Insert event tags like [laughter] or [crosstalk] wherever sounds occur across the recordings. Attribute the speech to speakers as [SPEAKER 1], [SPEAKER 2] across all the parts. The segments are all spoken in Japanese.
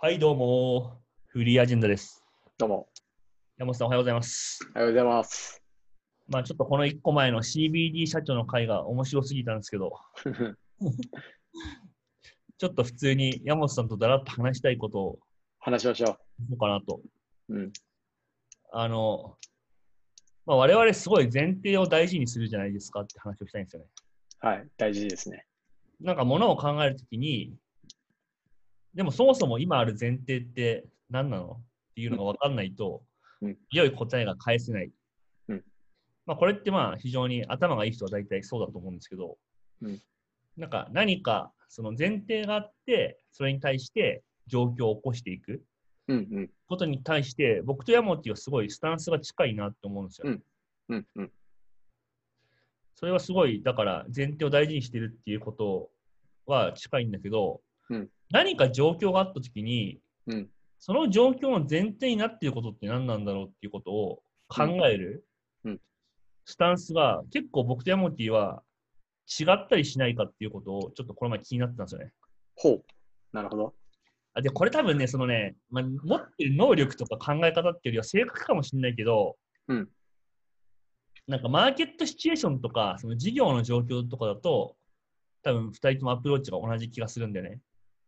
[SPEAKER 1] はい、どうも。フリーアジェンダです。
[SPEAKER 2] どうも。
[SPEAKER 1] 山本さん、おはようございます。
[SPEAKER 2] おはようございます。
[SPEAKER 1] まあ、ちょっとこの1個前の CBD 社長の会が面白すぎたんですけど、ちょっと普通に山本さんとだらっと話したいことを
[SPEAKER 2] 話しましょ
[SPEAKER 1] 言おうかなと。
[SPEAKER 2] う。うん。
[SPEAKER 1] あの、まあ、我々すごい前提を大事にするじゃないですかって話をしたいんですよね。
[SPEAKER 2] はい。大事ですね。
[SPEAKER 1] なんかものを考えるときに、でもそもそも今ある前提って何なのっていうのが分かんないと、
[SPEAKER 2] うん
[SPEAKER 1] 良い答えが返せない。
[SPEAKER 2] うん
[SPEAKER 1] まあ、これってまあ非常に頭がいい人は大体そうだと思うんですけど、
[SPEAKER 2] うん
[SPEAKER 1] なんか何かその前提があって、それに対して状況を起こしていく
[SPEAKER 2] うん
[SPEAKER 1] ことに対して、僕とヤモティはすごいスタンスが近いなって思うんですよ。
[SPEAKER 2] うん。うんうん。
[SPEAKER 1] それはすごい、だから前提を大事にしてるっていうことは近いんだけど、
[SPEAKER 2] うん
[SPEAKER 1] 何か状況があったときに、
[SPEAKER 2] うん
[SPEAKER 1] その状況の前提になっていることって何なんだろうっていうことを考える、
[SPEAKER 2] うんうん
[SPEAKER 1] スタンスが結構僕とヤモティは違ったりしないかっていうことをちょっとこの前気になってたんですよね。
[SPEAKER 2] ほう。なるほど。
[SPEAKER 1] あで、これ多分ね、そのね、まあ、持ってる能力とか考え方っていうよりは性格かもしれないけど、
[SPEAKER 2] うん
[SPEAKER 1] なんかマーケットシチュエーションとか、その事業の状況とかだと、多分2人ともアプローチが同じ気がするんだよね。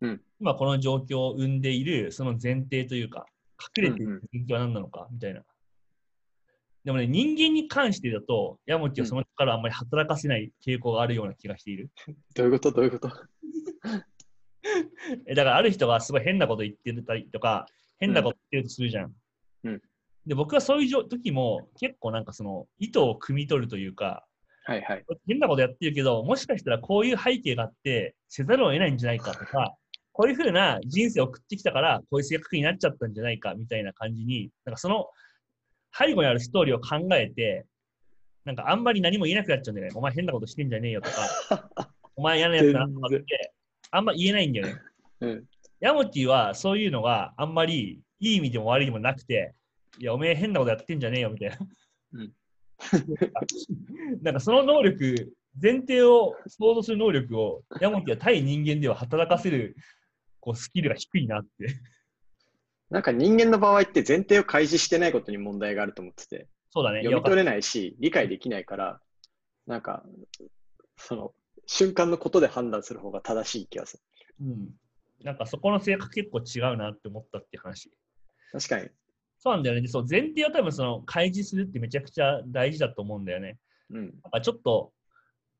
[SPEAKER 2] うん
[SPEAKER 1] 今この状況を生んでいる、その前提というか、隠れている前提は何なのか、みたいな。でもね、人間に関してだと、ヤモキはその力をあんまり働かせない傾向があるような気がしている。
[SPEAKER 2] どういうことどういうこと
[SPEAKER 1] えだからある人がすごい変なこと言ってたりとか、変なこと言ってるとするじゃん。
[SPEAKER 2] うん
[SPEAKER 1] で、僕はそういうじょ時も結構なんかその意図を汲み取るというか、
[SPEAKER 2] はいはい。
[SPEAKER 1] 変なことやってるけど、もしかしたらこういう背景があって、せざるを得ないんじゃないかとか、こういうふうな人生を送ってきたから、こういう性格になっちゃったんじゃないかみたいな感じに、なんかその背後にあるストーリーを考えて、なんかあんまり何も言えなくなっちゃうんだよね。お前変なことしてんじゃねえよとか、
[SPEAKER 2] [laughs]
[SPEAKER 1] お前嫌なやつだなとかって、あんま言えないんだよね。
[SPEAKER 2] うん。
[SPEAKER 1] ヤモティはそういうのがあんまりいい意味でも悪い意味でもなくて、いや、おめえ変なことやってんじゃねえよみたいな。
[SPEAKER 2] うん
[SPEAKER 1] なんかその能力、前提を想像する能力をヤモティは対人間では働かせるこうスキルが低いなって。 [laughs]
[SPEAKER 2] なんか人間の場合って前提を開示してないことに問題があると思ってて、
[SPEAKER 1] そうだね。
[SPEAKER 2] 読み取れないし、理解できないから、なんか、その、瞬間のことで判断する方が正しい気がする。
[SPEAKER 1] うん。なんかそこの性格結構違うなって思ったっていう話。
[SPEAKER 2] 確かに。
[SPEAKER 1] そうなんだよね。でそう前提は多分その開示するってめちゃくちゃ大事だと思うんだよね。
[SPEAKER 2] うん。
[SPEAKER 1] なんかちょっと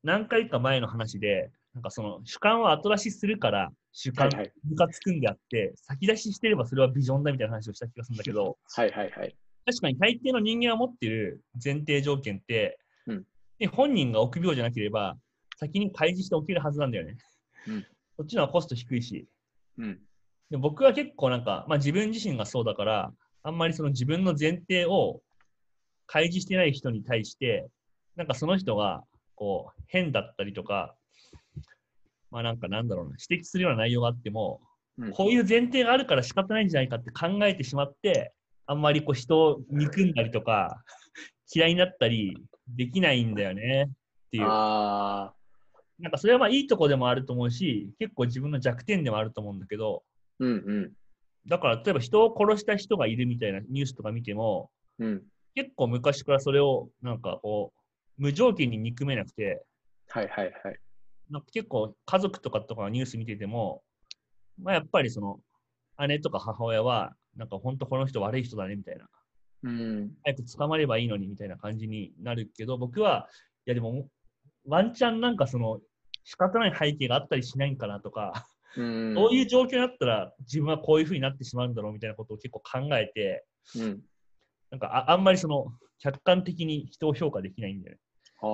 [SPEAKER 1] 何回か前の話で、なんかその主観は後出しするから主観
[SPEAKER 2] はいはい。
[SPEAKER 1] ムカつくんであって、先出ししてればそれはビジョンだみたいな話をした気がするんだけど、
[SPEAKER 2] はいはいはい。
[SPEAKER 1] 確かに大抵の人間が持ってる前提条件って、
[SPEAKER 2] うん
[SPEAKER 1] で本人が臆病じゃなければ、先に開示しておけるはずなんだよね。
[SPEAKER 2] うん
[SPEAKER 1] そっちの方がコスト低いし。
[SPEAKER 2] うん。
[SPEAKER 1] で僕は結構なんか、まあ、自分自身がそうだから、あんまりその自分の前提を開示してない人に対して、なんかその人がこう変だったりとか、まあなんかなんだろうな、指摘するような内容があっても、
[SPEAKER 2] うん
[SPEAKER 1] こういう前提があるから仕方ないんじゃないかって考えてしまって、あんまりこう人を憎んだりとか、嫌いになったりできないんだよねっていう。
[SPEAKER 2] あ
[SPEAKER 1] なんかそれはまあいいとこでもあると思うし、結構自分の弱点でもあると思うんだけど、
[SPEAKER 2] ー。うん
[SPEAKER 1] だから例えば人を殺した人がいるみたいなニュースとか見ても、
[SPEAKER 2] うん。うん。
[SPEAKER 1] 結構昔からそれをなんかこう、無条件に憎めなくて、
[SPEAKER 2] はいはいはい。
[SPEAKER 1] なんか結構家族とかとかのニュース見てても、まあやっぱりその姉とか母親は、なんか本当この人悪い人だねみたいな、
[SPEAKER 2] うん。
[SPEAKER 1] 早く捕まればいいのにみたいな感じになるけど、僕は、いやでも、ワンチャンなんかその、仕方ない背景があったりしないんかなとか、
[SPEAKER 2] うん。
[SPEAKER 1] どういう状況になったら自分はこういうふうになってしまうんだろうみたいなことを結構考えて、
[SPEAKER 2] うん。
[SPEAKER 1] なんかああんまりその客観的に人を評価できないんだよね。
[SPEAKER 2] ああ。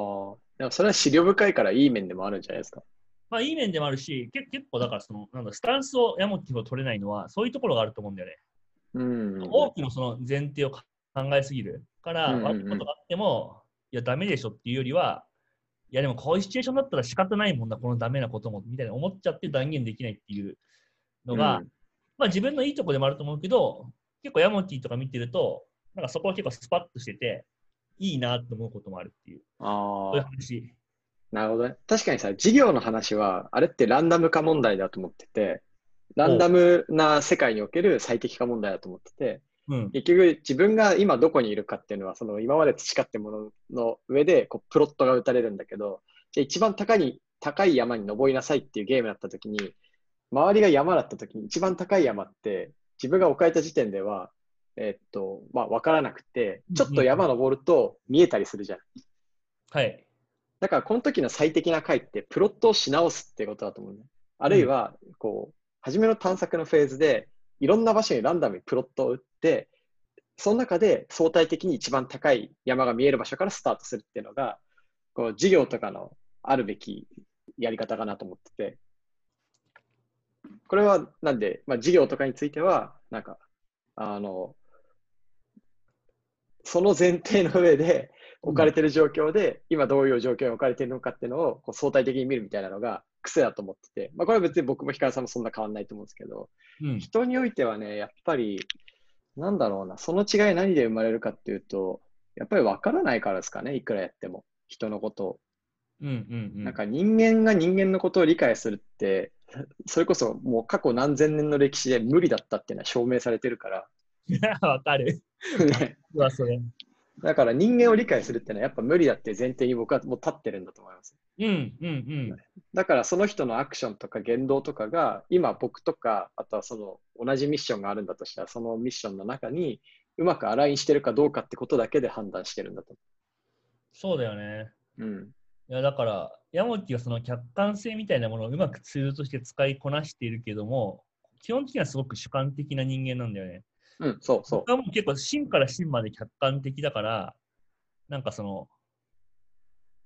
[SPEAKER 2] でもそれは資料深いからいい面でもあるんじゃないですか。
[SPEAKER 1] まあいい面でもあるし、け結構だからそのなんだスタンスをヤモキを取れないのはそういうところがあると思うんだよね。
[SPEAKER 2] うん。
[SPEAKER 1] 多くのその前提を考えすぎるから、
[SPEAKER 2] うんうんうん
[SPEAKER 1] 悪いことがあっても、いや、ダメでしょっていうよりは、いや、でもこういうシチュエーションだったら仕方ないもんな、このダメなこともみたいな思っちゃって断言できないっていうのが、
[SPEAKER 2] うん
[SPEAKER 1] まあ自分のいいとこでもあると思うけど、結構ヤモティとか見てると、なんかそこは結構スパッとしてて、いいなって思うこともあるっていう、
[SPEAKER 2] あ
[SPEAKER 1] そういう
[SPEAKER 2] あ。
[SPEAKER 1] 話。
[SPEAKER 2] なるほどね。確かにさ、事業の話は、あれってランダム化問題だと思ってて、ランダムな世界における最適化問題だと思ってて、
[SPEAKER 1] うん。
[SPEAKER 2] 結局自分が今どこにいるかっていうのは、その今まで培ってものの上でこうプロットが打たれるんだけど、じゃあ一番高いに高い山に登りなさいっていうゲームだったときに、周りが山だったときに一番高い山って自分が置かれた時点では、えっと、まあ分からなくて、ちょっと山登ると見えたりするじゃん。
[SPEAKER 1] はい。
[SPEAKER 2] だからこの時の最適な回ってプロットをし直すってことだと思うね。あるいは、こう、初めの探索のフェーズで、いろんな場所にランダムにプロットを打って、その中で相対的に一番高い山が見える場所からスタートするっていうのが、こう、授業とかのあるべきやり方かなと思ってて、これはなんで、まあ、授業とかについては、なんか、あの、その前提の上で、置かれてる状況で、今どういう状況に置かれてるのかっていうのをこう相対的に見るみたいなのが癖だと思ってて、まあ、これは別に僕も光さんもそんな変わんないと思うんですけど、
[SPEAKER 1] うん。
[SPEAKER 2] 人においてはね、やっぱり、なんだろうな、その違い何で生まれるかっていうと、やっぱり分からないからですかね、いくらやっても、人のことを。
[SPEAKER 1] うんうんうん。
[SPEAKER 2] なんか人間が人間のことを理解するって、それこそもう過去何千年の歴史で無理だったっていうのは証明されてるから、
[SPEAKER 1] [laughs] わかる。
[SPEAKER 2] ね
[SPEAKER 1] うわ、それ。
[SPEAKER 2] だから人間を理解するっていうのはやっぱ無理だっていう前提に僕はもう立ってるんだと思います。
[SPEAKER 1] うんうんうん。
[SPEAKER 2] だからその人のアクションとか言動とかが今僕とかあとはその同じミッションがあるんだとしたらそのミッションの中にうまくアラインしてるかどうかってことだけで判断してるんだと
[SPEAKER 1] そうだよね。
[SPEAKER 2] 思う。うん。
[SPEAKER 1] いやだから、ヤモティはその客観性みたいなものをうまくツールとして使いこなしているけども、基本的にはすごく主観的な人間なんだよね。
[SPEAKER 2] うん、そうそ
[SPEAKER 1] 僕はもう結構芯から芯まで客観的だから、なんかその、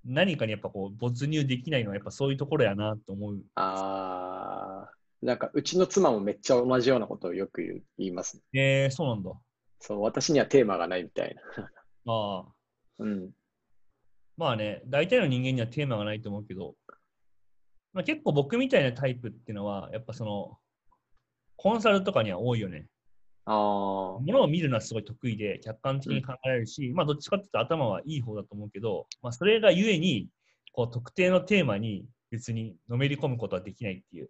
[SPEAKER 1] 何かにやっぱこう没入できないのはやっぱそういうところやなと思う。
[SPEAKER 2] う。あー、なんかうちの妻もめっちゃ同じようなことをよく言う言います、ね。
[SPEAKER 1] えー、そうなんだ。
[SPEAKER 2] そう、私にはテーマがないみたいな。
[SPEAKER 1] ああ。
[SPEAKER 2] うん。
[SPEAKER 1] まあね、大体の人間にはテーマがないと思うけど、まあ、結構僕みたいなタイプっていうのは、やっぱその、コンサルとかには多いよね。
[SPEAKER 2] あー、
[SPEAKER 1] ものを見るのはすごい得意で、客観的に考えられるし、まあどっちかっていうと頭はいい方だと思うけど、まあそれがゆえに、こう特定のテーマに別にのめり込むことはできないっていう。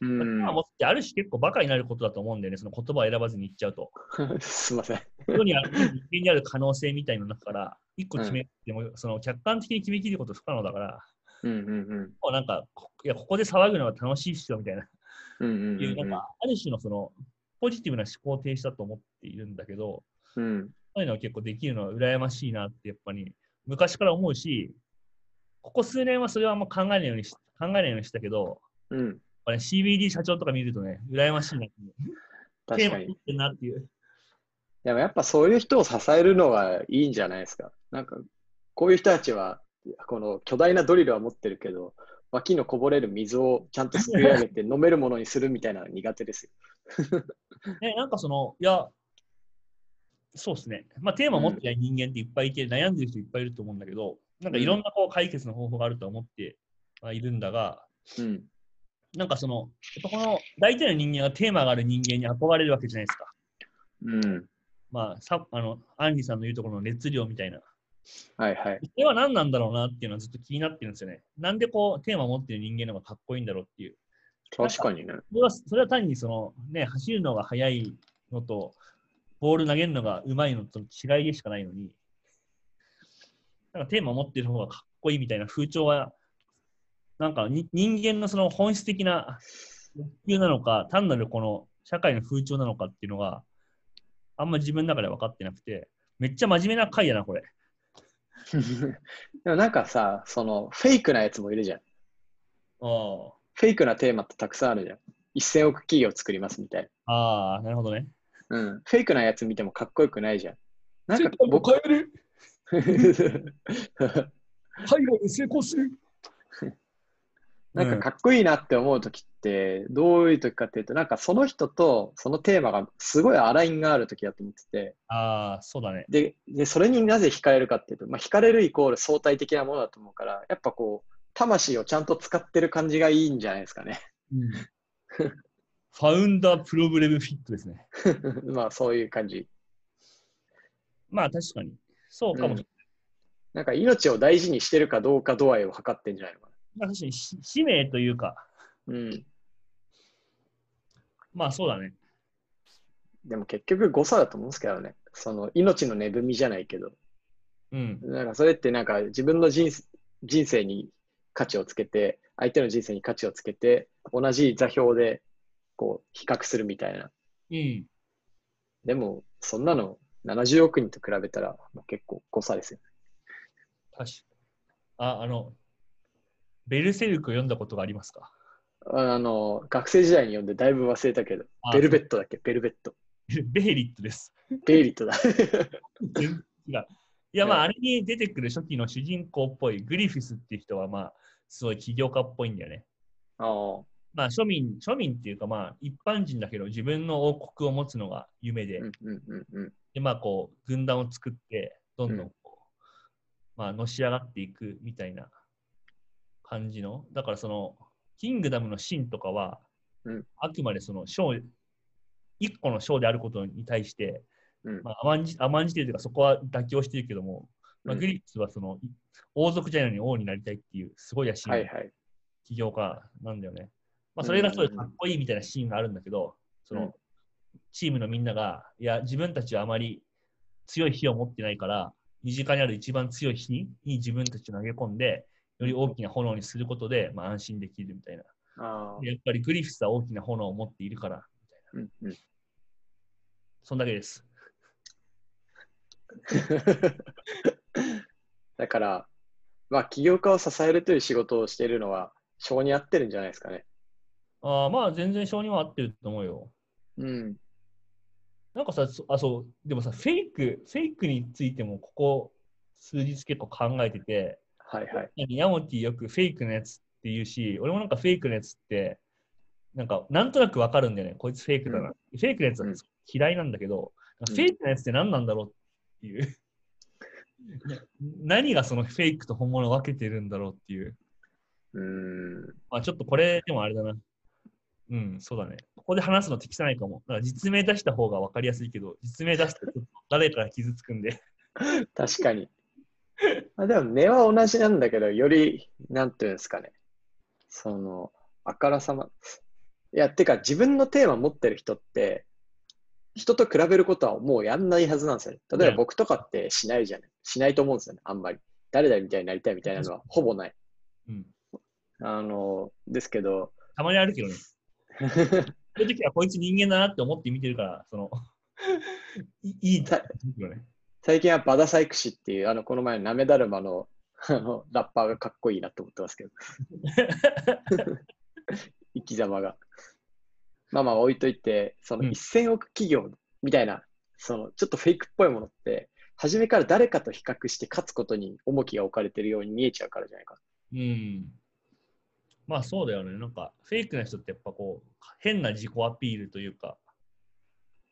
[SPEAKER 2] う
[SPEAKER 1] まあテー
[SPEAKER 2] ん
[SPEAKER 1] マを持つってある種結構バカになることだと思うんだよね、その言葉を選ばずに言っちゃうと。
[SPEAKER 2] [laughs] すいません。
[SPEAKER 1] 世にある人間にある可能性みたいなの中から、一個決めても、その客観的に決めきること不可能だから、
[SPEAKER 2] うんうんうん。
[SPEAKER 1] もうなんか、こいや、ここで騒ぐのは楽しいっしょみたいな、
[SPEAKER 2] うんうん
[SPEAKER 1] いう
[SPEAKER 2] う
[SPEAKER 1] なん
[SPEAKER 2] ん
[SPEAKER 1] か、ある種のその、ポジティブな思考停止だと思っているんだけど、
[SPEAKER 2] うん。うん。
[SPEAKER 1] そういうのを結構できるのは羨ましいなって、やっぱり、昔から思うし、ここ数年はそれはあんま考えないようにし、考えないようにしたけど、
[SPEAKER 2] うん。
[SPEAKER 1] やっぱね CBD 社長とか見るとね、羨ましいなっていう、
[SPEAKER 2] 確
[SPEAKER 1] テーマ
[SPEAKER 2] か
[SPEAKER 1] 取
[SPEAKER 2] に。
[SPEAKER 1] ってんなっていう。
[SPEAKER 2] でもやっぱそういう人を支えるのがいいんじゃないですか。なんか、こういう人たちは、この巨大なドリルは持ってるけど、脇のこぼれる水をちゃんとすくい上げて飲めるものにするみたいなのは苦手ですよ。
[SPEAKER 1] ね、なんかその、いや、そうですね。まあ、テーマ持ってない人間っていっぱいいて、悩んでる人いっぱいいると思うんだけど、なんかいろんなこう解決の方法があるとは思ってはいるんだが、
[SPEAKER 2] うん。
[SPEAKER 1] なんかその、やっぱこの大体の人間がテーマがある人間に憧れるわけじゃないですか。
[SPEAKER 2] うん。
[SPEAKER 1] まあ、さあのアンリさんの言うところの熱量みたいな。
[SPEAKER 2] はいはい。
[SPEAKER 1] それは何なんだろうなっていうのはずっと気になってるんですよね。なんでこうテーマ持ってる人間の方がかっこいいんだろうっていう。
[SPEAKER 2] 確か [laughs] にね。
[SPEAKER 1] それはそれは単にその、ね、走るのが速いのと、ボール投げるのがうまいのとの違いでしかないのに、なんかテーマ持ってる方がかっこいいみたいな風潮は、なんかに人間のその本質的な欲求なのか、単なるこの社会の風潮なのかっていうのが、あんま自分の中で分かってなくて、めっちゃ真面目な回やな、これ。
[SPEAKER 2] でもなんかさ、そのフェイクなやつもいるじゃん。
[SPEAKER 1] あ
[SPEAKER 2] フェイクなテーマってたくさんあるじゃん。1000億企業作りますみたい
[SPEAKER 1] ああー、なるほどね。
[SPEAKER 2] な。うん。フェイクなやつ見てもかっこよくないじゃん。なんか僕、
[SPEAKER 1] 変える
[SPEAKER 2] [laughs]
[SPEAKER 1] 海外に成功する
[SPEAKER 2] なんかかっこいいなって思う時って、どういう時かっていうと、なんかその人とそのテーマがすごいアラインがある時だと思って
[SPEAKER 1] ああ、そうだね。
[SPEAKER 2] て、で、でそれになぜ惹かれるかっていうと、まあ、惹かれるイコール相対的なものだと思うから、やっぱこう、魂をちゃんと使ってる感じがいいんじゃないですかね。 [laughs]
[SPEAKER 1] [laughs] ファウンダープロブレムフィットですね。
[SPEAKER 2] まあそういう感じ。
[SPEAKER 1] まあ確かに。そうかもしれない。
[SPEAKER 2] なんか命を大事にしてるかどうか度合いを測ってんじゃないのか
[SPEAKER 1] まあ確かにし使命というか、
[SPEAKER 2] な。うん。
[SPEAKER 1] まあそうだね。
[SPEAKER 2] でも結局誤差だと思うんですけどね。その命の値踏みじゃないけど。
[SPEAKER 1] うん。
[SPEAKER 2] なんかそれってなんか自分の人人生に価値をつけて、相手の人生に価値をつけて、同じ座標でこう比較するみたいな。
[SPEAKER 1] うん。
[SPEAKER 2] でも、そんなの70億人と比べたら、まあ、結構誤差ですよ。
[SPEAKER 1] 確かに。あ、あの、ベルセルクを読んだことがありますか
[SPEAKER 2] ああの、学生時代に読んでだいぶ忘れたけど、
[SPEAKER 1] あ
[SPEAKER 2] ベルベットだっけベルベット。
[SPEAKER 1] [laughs] ベヘリットです。
[SPEAKER 2] ベイリットだ。
[SPEAKER 1] 全然違う。いや、まあ、
[SPEAKER 2] は
[SPEAKER 1] あれに出てくる初期の主人公っぽいグリフィスっていう人は、まあ、すごい起業家っぽいんだよね。
[SPEAKER 2] あ [laughs] あ、
[SPEAKER 1] まあ、庶民、庶民っていうか、まあ、一般人だけど、自分の王国を持つのが夢で、
[SPEAKER 2] うんうんうんうん。
[SPEAKER 1] で、まあ、こう、軍団を作って、どんど
[SPEAKER 2] うん
[SPEAKER 1] こう、まあ、のし上がっていくみたいな感じの、だからその、キングダムのシーンとかは、
[SPEAKER 2] うん
[SPEAKER 1] あくまでその、章、一個の章であることに対して、
[SPEAKER 2] うん
[SPEAKER 1] まあ、甘んじ甘んじてるというか、そこは妥協してるけども、まあ、
[SPEAKER 2] うん
[SPEAKER 1] グリッツはその、い王族じゃないのに王になりたいっていう、すごい野心
[SPEAKER 2] はい
[SPEAKER 1] の
[SPEAKER 2] はい。
[SPEAKER 1] 起業家なんだよね。まあ、それがすごいかっこいいみたいなシーンがあるんだけど、その、
[SPEAKER 2] うん
[SPEAKER 1] チームのみんなが、いや、自分たちはあまり強い火を持ってないから、身近にある一番強い火に自分たちを投げ込んで、より大きな炎にすることで、まあ、安心できるみたいな。
[SPEAKER 2] ああ、
[SPEAKER 1] やっぱりグリフィスは大きな炎を持っているから、
[SPEAKER 2] うんうん。 [laughs]
[SPEAKER 1] そんだけです。
[SPEAKER 2] だから、まあ、起業家を支えるという仕事をしているのは、性に合ってるんじゃないですかね。
[SPEAKER 1] あーまあ、全然性には合ってると思うよ。
[SPEAKER 2] うん。
[SPEAKER 1] なんかさ、そあ、そう、でもさ、フェイク、フェイクについても、ここ数日結構考えてて、
[SPEAKER 2] はいはい。
[SPEAKER 1] ヤモティよくフェイクのやつって言うし、俺もなんかフェイクのやつって、なんか、なんとなくわかるんだよね。こいつフェイクだな。
[SPEAKER 2] う
[SPEAKER 1] フェイクのやつは
[SPEAKER 2] うん
[SPEAKER 1] 嫌いなんだけど、
[SPEAKER 2] う
[SPEAKER 1] フ
[SPEAKER 2] ん
[SPEAKER 1] ェイクのやつって何なんだろうっていう。 [laughs] な何がそのフェイクと本物を分けてるんだろうっていう。
[SPEAKER 2] うーん。
[SPEAKER 1] まあちょっとこれでもあれだな。うん、そうだね。ここで話すの適さないかも。だから実名出した方が分かりやすいけど、実名出すとちょっと誰かが傷つくんで。
[SPEAKER 2] 確か
[SPEAKER 1] [laughs]
[SPEAKER 2] に。まあ、でも、根は同じなんだけど、より、なんていうんですかね。その、あからさま。いや、てか、自分のテーマ持ってる人って、人と比べることはもうやんないはずなんですよね。例え
[SPEAKER 1] うん
[SPEAKER 2] ば僕とかってしないじゃない。しないと思うんですよね、あんまり。誰々みたいになりたいみたいなのはほぼない。
[SPEAKER 1] うん、
[SPEAKER 2] あの、ですけど、
[SPEAKER 1] たまにあるけ [laughs] どね。そういう時はこいつ人間だなって思って見てるから、その、 [laughs] いいいタイプよね。
[SPEAKER 2] 最近はバダサイクシっていう、あの、この前のナメダルマのあのラッパーがかっこいいなと思ってますけど。生き様が。まあまあ置いといて、その
[SPEAKER 1] うん
[SPEAKER 2] 1000億企業みたいな、そのちょっとフェイクっぽいものって、初めから誰かと比較して勝つことに重きが置かれてるように見えちゃうからじゃないか。
[SPEAKER 1] うん。まあそうだよね。なんか、フェイクな人ってやっぱこう、変な自己アピールというか、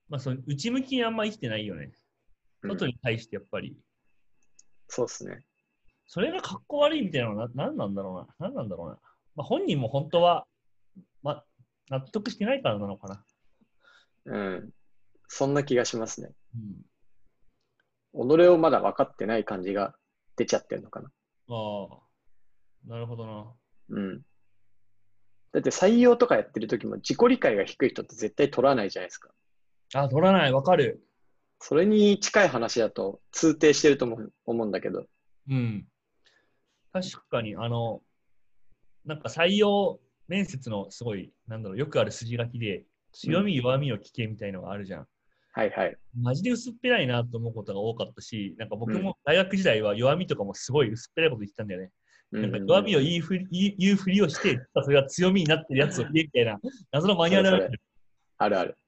[SPEAKER 1] まあその内向きにあんま生きてないよね。
[SPEAKER 2] うん
[SPEAKER 1] 外に対してやっぱり。
[SPEAKER 2] そうですね。
[SPEAKER 1] それが格好悪いみたいなのはな何なんだろうな。何なんだろうな。まあ、本人も本当は、まあ、納得してないからなのかな。
[SPEAKER 2] うん。そんな気がしますね。
[SPEAKER 1] うん、
[SPEAKER 2] 己をまだ分かってない感じが出ちゃってるのかな。
[SPEAKER 1] ああ、なるほどな。
[SPEAKER 2] うん。だって採用とかやってる時も自己理解が低い人って絶対取らないじゃないですか。
[SPEAKER 1] あ、取らない、わかる。
[SPEAKER 2] それに近い話だと通底してると思う思うんだけど。
[SPEAKER 1] うん。確かに、あの、なんか採用面接のすごい、なんだろう、よくある筋書きで、強み、弱みを聞けみたいのがあるじゃん。
[SPEAKER 2] はいはい。
[SPEAKER 1] マジで薄っぺらいなと思うことが多かったし、なんか僕も大学時代は弱みとかもすごい薄っぺらいこと言ってたんだよね。
[SPEAKER 2] うん
[SPEAKER 1] なん
[SPEAKER 2] うん
[SPEAKER 1] か
[SPEAKER 2] うん
[SPEAKER 1] 弱みを言いふり言い言うふりをして、それが強みになってるやつを言えみたいな、謎のマニュアルがある
[SPEAKER 2] それあるある。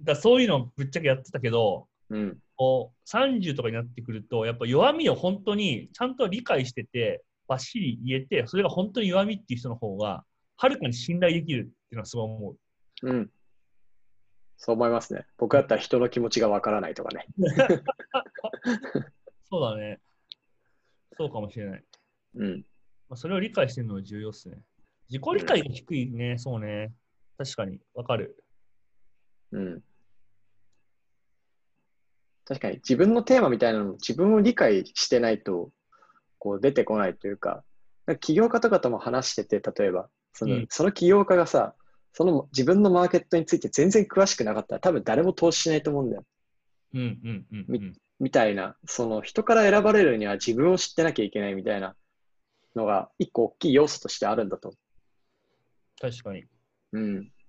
[SPEAKER 1] だからそういうのをぶっちゃけやってたけど、
[SPEAKER 2] うん。
[SPEAKER 1] こう30とかになってくると、やっぱ弱みを本当にちゃんと理解してて、ばっしり言えて、それが本当に弱みっていう人の方が、はるかに信頼できるっていうのはすごい思う。
[SPEAKER 2] うん。そう思いますね。僕だったら人の気持ちがわからないとかね。
[SPEAKER 1] そうだね。そうかもしれない。
[SPEAKER 2] うん。
[SPEAKER 1] まあ、それを理解してるのは重要っすね。自己理解が低いね、そうね。確かに、わかる。
[SPEAKER 2] うん。確かに自分のテーマみたいなのも自分を理解してないとこう出てこないというか、なんか起業家とかとも話してて、例えば、その,、
[SPEAKER 1] うん
[SPEAKER 2] その起業家がさ、その自分のマーケットについて全然詳しくなかったら、多分誰も投資しないと思うんだよ。
[SPEAKER 1] うんうんうんうん。
[SPEAKER 2] みたいな、その人から選ばれるには自分を知ってなきゃいけないみたいなのが、一個大きい要素としてあるんだと。
[SPEAKER 1] 確かに。
[SPEAKER 2] うん。 [laughs]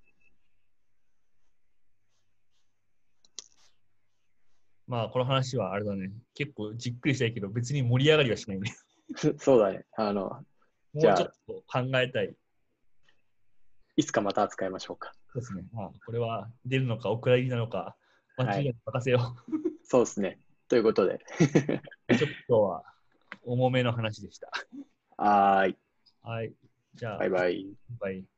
[SPEAKER 1] まあ、この話はあれだね。結構じっくりしたいけど、別に盛り上がりはしないね。
[SPEAKER 2] そうだね。あの、
[SPEAKER 1] もうち
[SPEAKER 2] じ
[SPEAKER 1] ょ
[SPEAKER 2] ゃ
[SPEAKER 1] っ
[SPEAKER 2] あ
[SPEAKER 1] と考えたい。
[SPEAKER 2] いつかまた扱いましょうか。
[SPEAKER 1] そうですね。まあ、これは出るのか、お蔵入りなのか、間違いに任せよう。
[SPEAKER 2] そうですね。ということで。 [laughs]
[SPEAKER 1] ちょっと今日は重めの話でした。
[SPEAKER 2] はーい。
[SPEAKER 1] はい。じゃあ、
[SPEAKER 2] バイバイ。
[SPEAKER 1] バイバイ